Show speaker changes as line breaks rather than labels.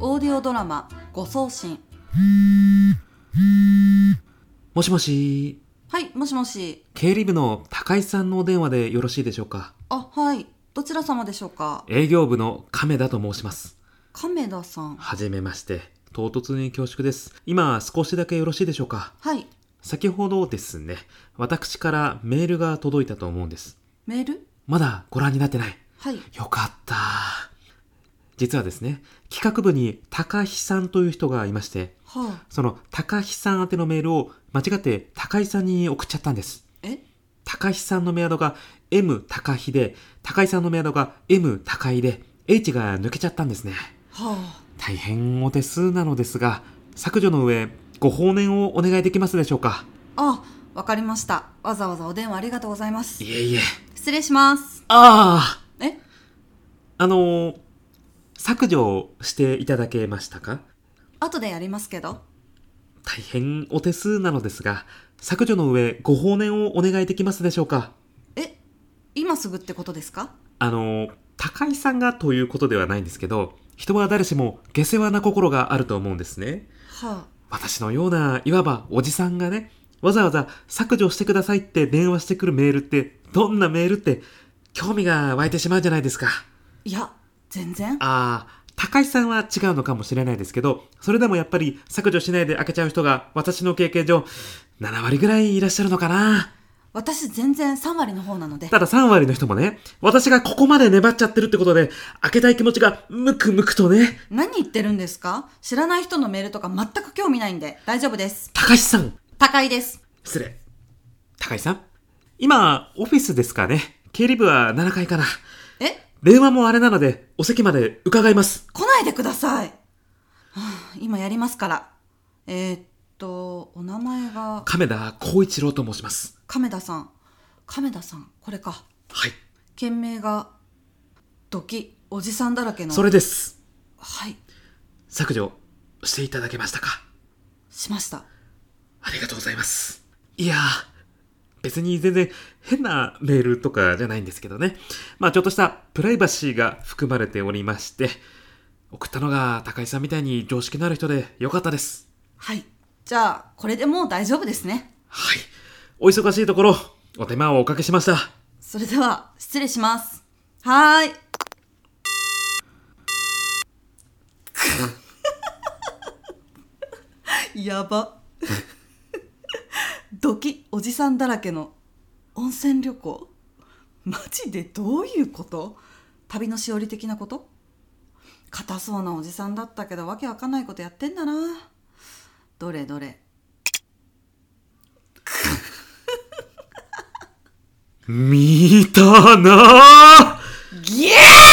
オーディオドラマご送信
もしもし、
はいもしもし
経理部の高井さんのお電話でよろしいでしょうか。
あはいどちら様でしょうか
営業部の亀田と申します。
亀田さん
はじめまして。唐突に恐縮です。今少しだけよろしいでしょうか。
はい
先ほどですね、私からメールが届いたと思うんです。
メール
まだご覧になってない。
はい
よかった。実はですね、企画部に高飛さんという人がいまして、
はあ
その高飛さん宛てのメールを間違って高井さんに送っちゃったんです。
え
高飛さんのメアドが M 高飛で、高井さんのメアドが M 高井で、H が抜けちゃったんですね。
はあ
大変お手数なのですが、削除の上、ご放念をお願いできますでしょうか。
あわかりましたわざわざお電話ありがとうございます
いえいえ。
失礼します
ああ
え
あのー削除していただけましたか
後でやりますけど
大変お手数なのですが、削除の上、ご放念をお願いできますでしょうか。
え今すぐってことですか
あのー高井さんがということではないんですけど、人は誰しも下世話な心があると思うんですね。
は
私のようないわばおじさんがねわざわざ削除してくださいって電話してくるメールってどんなメールって興味が湧いてしまうじゃないですか
あいや全然
ああ高橋さんは違うのかもしれないですけどそれでもやっぱり削除しないで開けちゃう人が私の経験上7割ぐらいいらっしゃるのかな
私全然3割の方なので
ただ3割の人もね私がここまで粘っちゃってるってことで開けたい気持ちがムクムクとね
何言ってるんですか知らない人のメールとか全く興味ないんで大丈夫です
高橋さん
高井です
失礼。高井さん今、オフィスですかね経理部は7階かな。
え
電話もあれなので、お席まで伺います。
来ないでください、はあ、今やりますからえー、っとお名前が
亀田光一郎と申します。
亀田さん亀田さんこれか
はい。
件名がドキおじさんだらけの
それです。
はい
削除していただけましたか
しました
ありがとうございます。いやー、別に全然変なメールとかじゃないんですけどね。まあちょっとしたプライバシーが含まれておりまして、送ったのが高井さんみたいに常識のある人でよかったです。
はいじゃあこれでもう大丈夫ですね
はい。お忙しいところ、お手間をおかけしました。
それでは失礼しますはーいくっやばドキおじさんだらけの温泉旅行マジでどういうこと旅のしおり的なこと硬そうなおじさんだったけどわけわかんないことやってんだなどれどれ
見たな
ギャー